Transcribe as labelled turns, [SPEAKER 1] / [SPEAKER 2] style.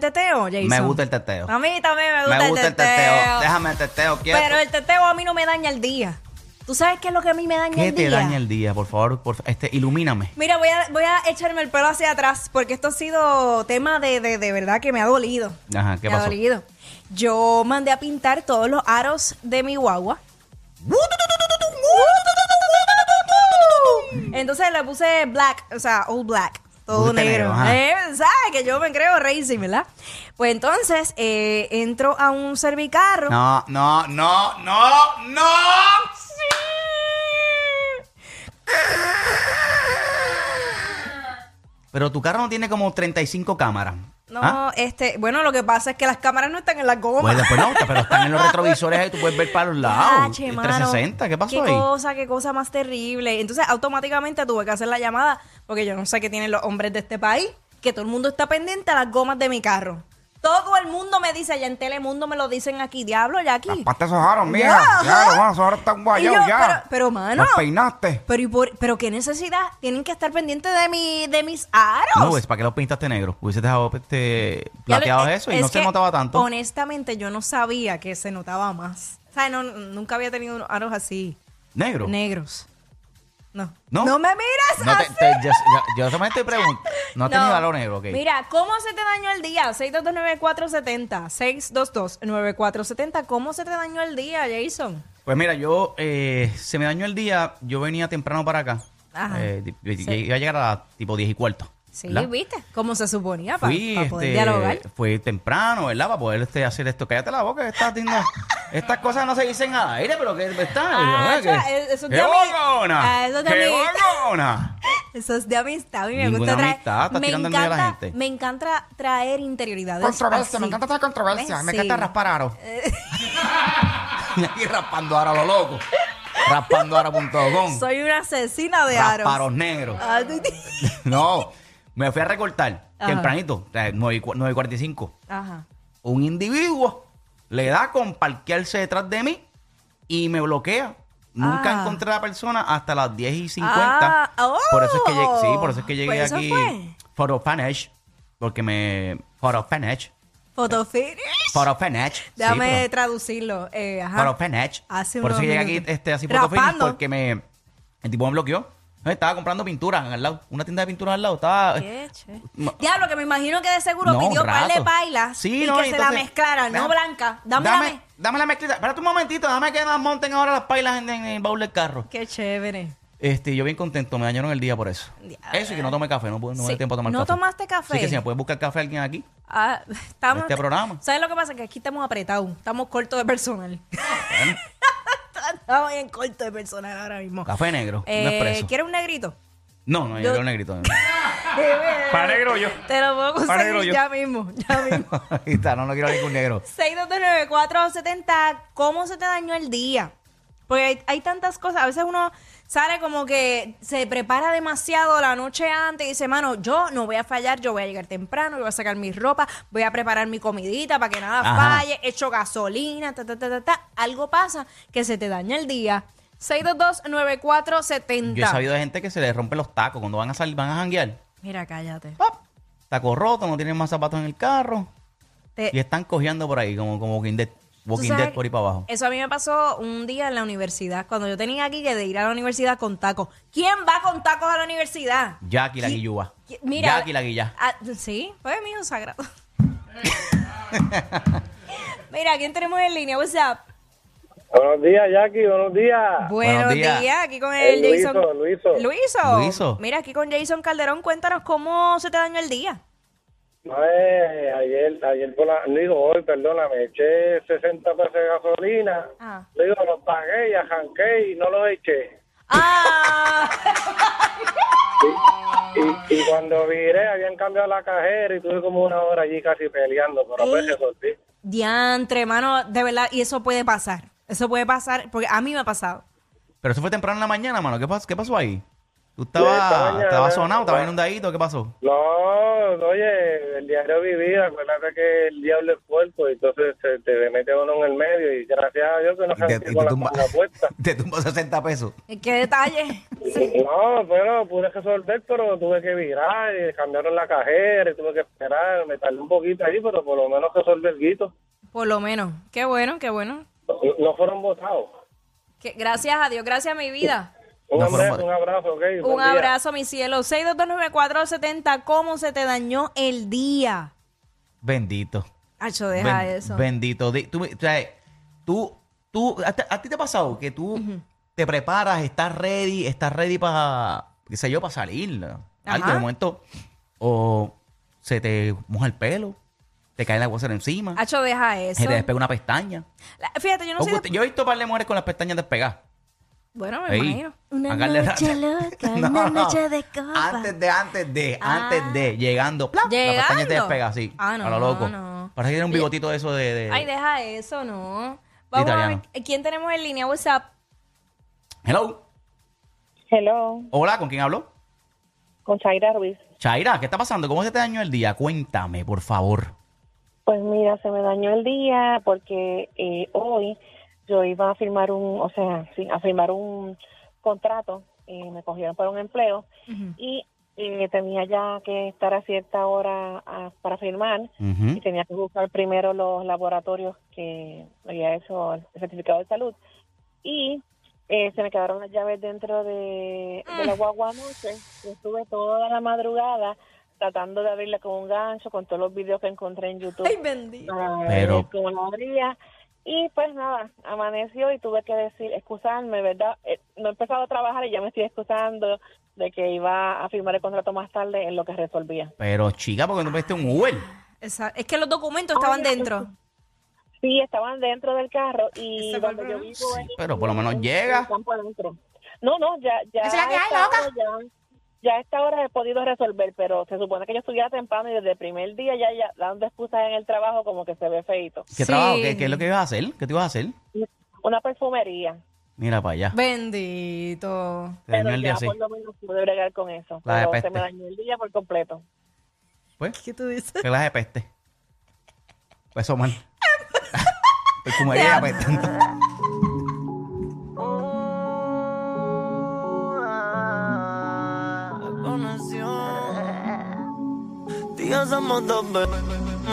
[SPEAKER 1] teteo, Jason?
[SPEAKER 2] Me gusta el teteo.
[SPEAKER 1] A mí también me gusta,
[SPEAKER 2] me gusta
[SPEAKER 1] el teteo.
[SPEAKER 2] Déjame el teteo quieto.
[SPEAKER 1] Pero el teteo a mí no me daña el día. ¿Tú sabes qué es lo que a mí me daña
[SPEAKER 2] ¿Qué
[SPEAKER 1] el
[SPEAKER 2] te
[SPEAKER 1] día?
[SPEAKER 2] daña el día? Por favor, por fa- este, ilumíname.
[SPEAKER 1] Mira, voy a, voy a echarme el pelo hacia atrás porque esto ha sido tema de, de, de verdad que me ha dolido.
[SPEAKER 2] Ajá, ¿qué
[SPEAKER 1] me
[SPEAKER 2] pasó?
[SPEAKER 1] ha dolido. Yo mandé a pintar todos los aros de mi guagua. Entonces le puse black, o sea, all black. Todo
[SPEAKER 2] Pusiste
[SPEAKER 1] negro.
[SPEAKER 2] negro, ajá.
[SPEAKER 1] Eh, ¿Sabes? Que yo me creo racing, ¿verdad? Pues entonces eh, entro a un servicarro.
[SPEAKER 2] No, no, no, no, no. Pero tu carro no tiene como 35 cámaras.
[SPEAKER 1] No,
[SPEAKER 2] ¿Ah?
[SPEAKER 1] este, bueno, lo que pasa es que las cámaras no están en las gomas.
[SPEAKER 2] Pues después no, pero están en los retrovisores ahí, tú puedes ver para los lados.
[SPEAKER 1] Yache,
[SPEAKER 2] El
[SPEAKER 1] mano.
[SPEAKER 2] 360, ¿qué pasó
[SPEAKER 1] Qué
[SPEAKER 2] ahí?
[SPEAKER 1] cosa, qué cosa más terrible. Entonces, automáticamente tuve que hacer la llamada porque yo no sé qué tienen los hombres de este país, que todo el mundo está pendiente a las gomas de mi carro. Todo el mundo me dice, allá en Telemundo me lo dicen aquí, diablo, ya aquí.
[SPEAKER 3] patas sojaron, mija.
[SPEAKER 1] Ya,
[SPEAKER 3] Ya,
[SPEAKER 1] ajá.
[SPEAKER 3] los van a sojar tan guayao,
[SPEAKER 1] Y yo,
[SPEAKER 3] ya.
[SPEAKER 1] Pero, pero, mano.
[SPEAKER 3] Los peinaste.
[SPEAKER 1] Pero, ¿y por- pero qué necesidad? Tienen que estar pendientes de, mi, de mis aros.
[SPEAKER 2] No, pues, ¿para qué lo pintaste negro? Hubiese dejado este,
[SPEAKER 1] Ya lo-
[SPEAKER 2] plateado
[SPEAKER 1] eh,
[SPEAKER 2] eso y
[SPEAKER 1] es
[SPEAKER 2] no se
[SPEAKER 1] que,
[SPEAKER 2] notaba tanto.
[SPEAKER 1] Honestamente, yo no sabía que se notaba más. O sea, no- nunca había tenido unos aros así.
[SPEAKER 2] ¿Negro?
[SPEAKER 1] Negros. No.
[SPEAKER 2] ¿No?
[SPEAKER 1] me miras
[SPEAKER 2] No te-
[SPEAKER 1] así.
[SPEAKER 2] te- yo, yo- yo solamente te pregunto. No has tenido valor negro, ok.
[SPEAKER 1] Mira, ¿cómo se te dañó el día? 6229470. 6229470. ¿Cómo se te dañó el día, Jason?
[SPEAKER 2] Pues mira, yo eh, se me dañó el día. Yo venía temprano para acá.
[SPEAKER 1] Ajá.
[SPEAKER 2] Eh, di- di-
[SPEAKER 1] Sí.
[SPEAKER 2] Iba a llegar a las tipo 10 y cuarto.
[SPEAKER 1] Sí,
[SPEAKER 2] ¿verdad?
[SPEAKER 1] ¿viste? ¿Cómo se suponía para
[SPEAKER 2] Fui,
[SPEAKER 1] poder
[SPEAKER 2] este,
[SPEAKER 1] dialogar?
[SPEAKER 2] fue temprano, ¿verdad? Para poder este, hacer esto. Cállate la boca, estas tiendas- Estas cosas no se dicen al aire, pero que están.
[SPEAKER 1] Ah,
[SPEAKER 2] ¿verdad?
[SPEAKER 1] cha,
[SPEAKER 2] Que-
[SPEAKER 1] eso es de
[SPEAKER 2] ¡Qué
[SPEAKER 1] ami-
[SPEAKER 2] bocona!
[SPEAKER 1] Ah, eso es de
[SPEAKER 2] ¡Qué
[SPEAKER 1] amistad.
[SPEAKER 2] bocona!
[SPEAKER 1] Eso es de amistad. A mí me
[SPEAKER 2] Ninguna
[SPEAKER 1] gusta traer.
[SPEAKER 2] amistad, estás
[SPEAKER 1] me,
[SPEAKER 2] tirando el miedo a la
[SPEAKER 1] encanta,
[SPEAKER 2] gente.
[SPEAKER 1] me encanta traer interioridades.
[SPEAKER 3] Controversia,
[SPEAKER 1] así.
[SPEAKER 3] me encanta esta controversia. Me
[SPEAKER 1] Sí.
[SPEAKER 3] encanta raspar aro.
[SPEAKER 2] Y raspando ahora lo loco. Raspando ahora.com.
[SPEAKER 1] Soy una asesina de
[SPEAKER 2] Rasparos
[SPEAKER 1] aros.
[SPEAKER 2] negros.
[SPEAKER 1] Ah, tú- tú-
[SPEAKER 2] No, me fui a recortar
[SPEAKER 1] Ajá.
[SPEAKER 2] tempranito, 9 y cua- 9 y 45.
[SPEAKER 1] Ajá.
[SPEAKER 2] un individuo le da con parquearse detrás de mí y me bloquea. Nunca
[SPEAKER 1] Ah.
[SPEAKER 2] encontré a la persona hasta las 10 y 50.
[SPEAKER 1] Ah, oh.
[SPEAKER 2] por eso es que llegué, sí, por eso es que llegué
[SPEAKER 1] Pues eso
[SPEAKER 2] aquí.
[SPEAKER 1] fue.
[SPEAKER 2] Photo finish. Porque me. Photo finish.
[SPEAKER 1] Photofinish.
[SPEAKER 2] Photo finish.
[SPEAKER 1] Déjame
[SPEAKER 2] sí,
[SPEAKER 1] traducirlo. Eh, ajá.
[SPEAKER 2] pero- photo finish.
[SPEAKER 1] Hace
[SPEAKER 2] Por eso
[SPEAKER 1] unos
[SPEAKER 2] llegué aquí
[SPEAKER 1] minutos.
[SPEAKER 2] este, así photo finish.
[SPEAKER 1] Rapando.
[SPEAKER 2] Porque me. El tipo me bloqueó. Estaba comprando pinturas al lado. Una tienda de pinturas al lado. Estaba.
[SPEAKER 1] Qué che.
[SPEAKER 2] Ma-
[SPEAKER 1] Diablo, que me imagino que de seguro
[SPEAKER 2] No,
[SPEAKER 1] pidió
[SPEAKER 2] un
[SPEAKER 1] par de
[SPEAKER 2] rato.
[SPEAKER 1] pailas
[SPEAKER 2] Sí,
[SPEAKER 1] y
[SPEAKER 2] no,
[SPEAKER 1] que se
[SPEAKER 2] y
[SPEAKER 1] la
[SPEAKER 2] entonces-
[SPEAKER 1] mezclaran. No,
[SPEAKER 2] Dame-
[SPEAKER 1] blanca. Dame, la
[SPEAKER 2] Dame,
[SPEAKER 1] me-
[SPEAKER 2] dame la mezclita. Espérate un momentito. Dame que nos monten ahora las pailas en, en el baúl del carro.
[SPEAKER 1] Qué chévere.
[SPEAKER 2] Este, yo bien contento, me dañaron el día por eso.
[SPEAKER 1] Diablo.
[SPEAKER 2] Eso y que no tomé café, no, pude- no me
[SPEAKER 1] Sí,
[SPEAKER 2] dio tiempo a tomar
[SPEAKER 1] ¿no
[SPEAKER 2] café.
[SPEAKER 1] tomaste café?
[SPEAKER 2] Así que si me puedes buscar café a alguien aquí.
[SPEAKER 1] Ah, estamos,
[SPEAKER 2] Este programa.
[SPEAKER 1] ¿Sabes lo que pasa? Que aquí estamos apretados. Estamos cortos de personal. estamos bien cortos de personal ahora mismo.
[SPEAKER 2] Café negro, un
[SPEAKER 1] Eh,
[SPEAKER 2] expreso.
[SPEAKER 1] ¿Quieres un negrito?
[SPEAKER 2] No, no, yo
[SPEAKER 1] Yo-
[SPEAKER 2] quiero un negrito.
[SPEAKER 3] Para negro yo.
[SPEAKER 1] Te lo puedo
[SPEAKER 3] Para negro
[SPEAKER 1] conseguir
[SPEAKER 3] yo.
[SPEAKER 1] ya mismo. Ya mismo.
[SPEAKER 2] Ahí está, no, no quiero ningún negro.
[SPEAKER 1] 6229470, ¿cómo se te dañó el día? Porque hay, hay tantas cosas, a veces uno sale como que se prepara demasiado la noche antes y dice, mano, yo no voy a fallar, yo voy a llegar temprano, yo voy a sacar mi ropa, voy a preparar mi comidita para que nada
[SPEAKER 2] Ajá.
[SPEAKER 1] falle, echo gasolina, ta, ta, ta, ta, ta. Algo pasa que se te daña el día. 6229470.
[SPEAKER 2] Yo he sabido de gente que se les rompen los tacos cuando van a salir, van a janguear.
[SPEAKER 1] Mira, cállate.
[SPEAKER 2] ¡pap! Taco roto, no tienen más zapatos en el carro.
[SPEAKER 1] Te-
[SPEAKER 2] Y están cojeando por ahí, como, como Walking Dead,
[SPEAKER 1] Tú
[SPEAKER 2] Walking
[SPEAKER 1] sabes,
[SPEAKER 2] Dead por ahí para abajo.
[SPEAKER 1] Eso a mí me pasó un día en la universidad, cuando yo tenía aquí que de ir a la universidad con tacos. ¿Quién va con tacos a la universidad?
[SPEAKER 2] Jackie la guillúa.
[SPEAKER 1] Qui- eh, Mira,
[SPEAKER 2] Jackie la guilla.
[SPEAKER 1] Ah, sí, pues mijo sagrado. Mira, ¿quién tenemos en línea? What's up?
[SPEAKER 4] Buenos días, Jackie. Buenos días.
[SPEAKER 1] Buenos, días.
[SPEAKER 2] días.
[SPEAKER 1] aquí con el
[SPEAKER 4] Hey,
[SPEAKER 1] Jason.
[SPEAKER 4] Luiso, Luiso.
[SPEAKER 1] Luiso.
[SPEAKER 2] Luiso.
[SPEAKER 1] Mira, aquí con Jason Calderón, cuéntanos cómo se te dañó el día.
[SPEAKER 4] Eh, ayer, ayer por la, no digo hoy, perdona, me eché 60 pesos de gasolina.
[SPEAKER 1] Ah.
[SPEAKER 4] Digo, los pagué y arranqué y no los eché.
[SPEAKER 1] Ah,
[SPEAKER 4] Y, y cuando viré, habían cambiado la cajera y tuve como una hora allí casi peleando, pero
[SPEAKER 2] ¿Eh?
[SPEAKER 4] pues
[SPEAKER 1] Ey.
[SPEAKER 4] resolví.
[SPEAKER 1] diantre, mano, de verdad, y eso puede pasar. Eso puede pasar, porque a mí me ha pasado.
[SPEAKER 2] Pero eso fue temprano en la mañana, mano. ¿Qué, pas- qué pasó ahí? Tú
[SPEAKER 4] Esta
[SPEAKER 2] estabas
[SPEAKER 4] mañana,
[SPEAKER 2] estabas sonado, estabas
[SPEAKER 4] no.
[SPEAKER 2] inundadito, ¿qué pasó?
[SPEAKER 4] No, oye, el diario de mi vida, acuérdate que el diablo es puerco y entonces se te mete uno en el medio y gracias a Dios que no
[SPEAKER 2] Y te,
[SPEAKER 4] se
[SPEAKER 2] y te
[SPEAKER 4] con la,
[SPEAKER 2] tumba,
[SPEAKER 4] con la puerta.
[SPEAKER 2] te tumba 60 pesos.
[SPEAKER 1] ¿Qué detalle? Sí.
[SPEAKER 4] No, bueno, pude resolver, pero tuve que virar y cambiaron la cajera y tuve que esperar, me tardé un poquito ahí, pero por lo menos resolver el guito.
[SPEAKER 1] Por lo menos. Qué bueno, qué bueno.
[SPEAKER 4] No, no fueron votados.
[SPEAKER 1] Que, gracias a Dios, gracias a mi vida.
[SPEAKER 4] Un,
[SPEAKER 2] No fueron
[SPEAKER 4] abrazo, un abrazo, ok. buen
[SPEAKER 1] Un
[SPEAKER 4] día.
[SPEAKER 1] abrazo, mi cielo. 6229470, ¿cómo se te dañó el día?
[SPEAKER 2] Bendito.
[SPEAKER 1] Hacho, deja
[SPEAKER 2] Ben-
[SPEAKER 1] eso.
[SPEAKER 2] Bendito. Di- Tú, o sea, tú, tú- a, te- a ti te ha pasado que tú te preparas, estás ready, estás ready para, qué sé yo, para salir. ¿no? Algo
[SPEAKER 1] Ajá.
[SPEAKER 2] de momento. O se te moja el pelo, te cae el aguacero encima,
[SPEAKER 1] Hacho, deja Ah, eso.
[SPEAKER 2] se te despega una pestaña.
[SPEAKER 1] La- fíjate, yo no
[SPEAKER 2] O
[SPEAKER 1] sé.
[SPEAKER 2] que usted- Yo he visto par de mujeres con las pestañas despegadas.
[SPEAKER 1] Bueno, me
[SPEAKER 2] Ey,
[SPEAKER 1] imagino.
[SPEAKER 5] Una
[SPEAKER 2] sacarle la-
[SPEAKER 5] noche loca,
[SPEAKER 2] No,
[SPEAKER 5] una
[SPEAKER 2] no.
[SPEAKER 5] noche de copa.
[SPEAKER 2] Antes de, antes de,
[SPEAKER 1] Ah.
[SPEAKER 2] antes de, llegando. ¡plap! La pestaña te
[SPEAKER 1] Llegando.
[SPEAKER 2] despega así.
[SPEAKER 1] Ah, no,
[SPEAKER 2] a lo loco.
[SPEAKER 1] no.
[SPEAKER 2] Parece que era un bigotito de eso de. de-
[SPEAKER 1] Ay, deja eso, no. Vamos
[SPEAKER 2] eh, Italiano.
[SPEAKER 1] a ver, ¿quién tenemos en línea WhatsApp?
[SPEAKER 2] Hello.
[SPEAKER 6] Hello,
[SPEAKER 2] Hola, ¿con quién hablo?
[SPEAKER 6] con Shaira Ruiz.
[SPEAKER 2] Chaira, ¿qué está pasando? ¿Cómo se te dañó el día? Cuéntame, por favor.
[SPEAKER 6] Pues mira, se me dañó el día porque eh, hoy yo iba a firmar un, o sea, sí, a firmar un contrato, eh, me cogieron para un empleo y eh, tenía ya que estar a cierta hora ah, para firmar y tenía que buscar primero los laboratorios que había hecho el certificado de salud y eh, se me quedaron las llaves dentro de, de la guagua noche. Yo estuve toda la madrugada tratando de abrirla con un gancho, con todos los videos que encontré en YouTube
[SPEAKER 1] Ay, bendito.
[SPEAKER 6] para
[SPEAKER 2] Pero-
[SPEAKER 6] ver cómo la abría. Y pues nada, amaneció y tuve que decir, excusarme, ¿verdad? Eh, no he empezado a trabajar y ya me estoy excusando de que iba a firmar el contrato más tarde en lo que resolvía.
[SPEAKER 2] Pero chica, porque no pediste un Uber.
[SPEAKER 1] Esa- es que los documentos estaban dentro.
[SPEAKER 6] Sí, estaban dentro del carro y
[SPEAKER 1] Ese fue el
[SPEAKER 6] donde yo
[SPEAKER 1] problema.
[SPEAKER 6] vivo
[SPEAKER 2] Sí,
[SPEAKER 6] es-
[SPEAKER 2] pero por lo menos
[SPEAKER 6] es-
[SPEAKER 2] llega.
[SPEAKER 6] es campo adentro. No, no, ya, ya.
[SPEAKER 5] Esa es la que hay,
[SPEAKER 6] esta hora ya- ya a esta hora he podido resolver, pero se supone que yo estuviera temprano y desde el primer día ya, ya dando excusas en el trabajo como que se ve feito.
[SPEAKER 2] ¿Qué
[SPEAKER 1] Sí.
[SPEAKER 2] trabajo? ¿Qué, qué es lo que ibas a hacer? ¿Qué te ibas a hacer?
[SPEAKER 6] Una perfumería.
[SPEAKER 2] Mira para allá.
[SPEAKER 1] Bendito.
[SPEAKER 2] Te dañó
[SPEAKER 6] pero
[SPEAKER 2] el
[SPEAKER 6] ya
[SPEAKER 2] día así.
[SPEAKER 6] por lo menos pude bregar con eso.
[SPEAKER 2] La de
[SPEAKER 6] pero
[SPEAKER 2] peste.
[SPEAKER 6] se me dañó el día por completo.
[SPEAKER 2] Pues,
[SPEAKER 1] ¿Qué tú dices?
[SPEAKER 2] que la de peste. Pues eso Pues, mal. Perfumería, peste.
[SPEAKER 7] Tío, somos dos bebés.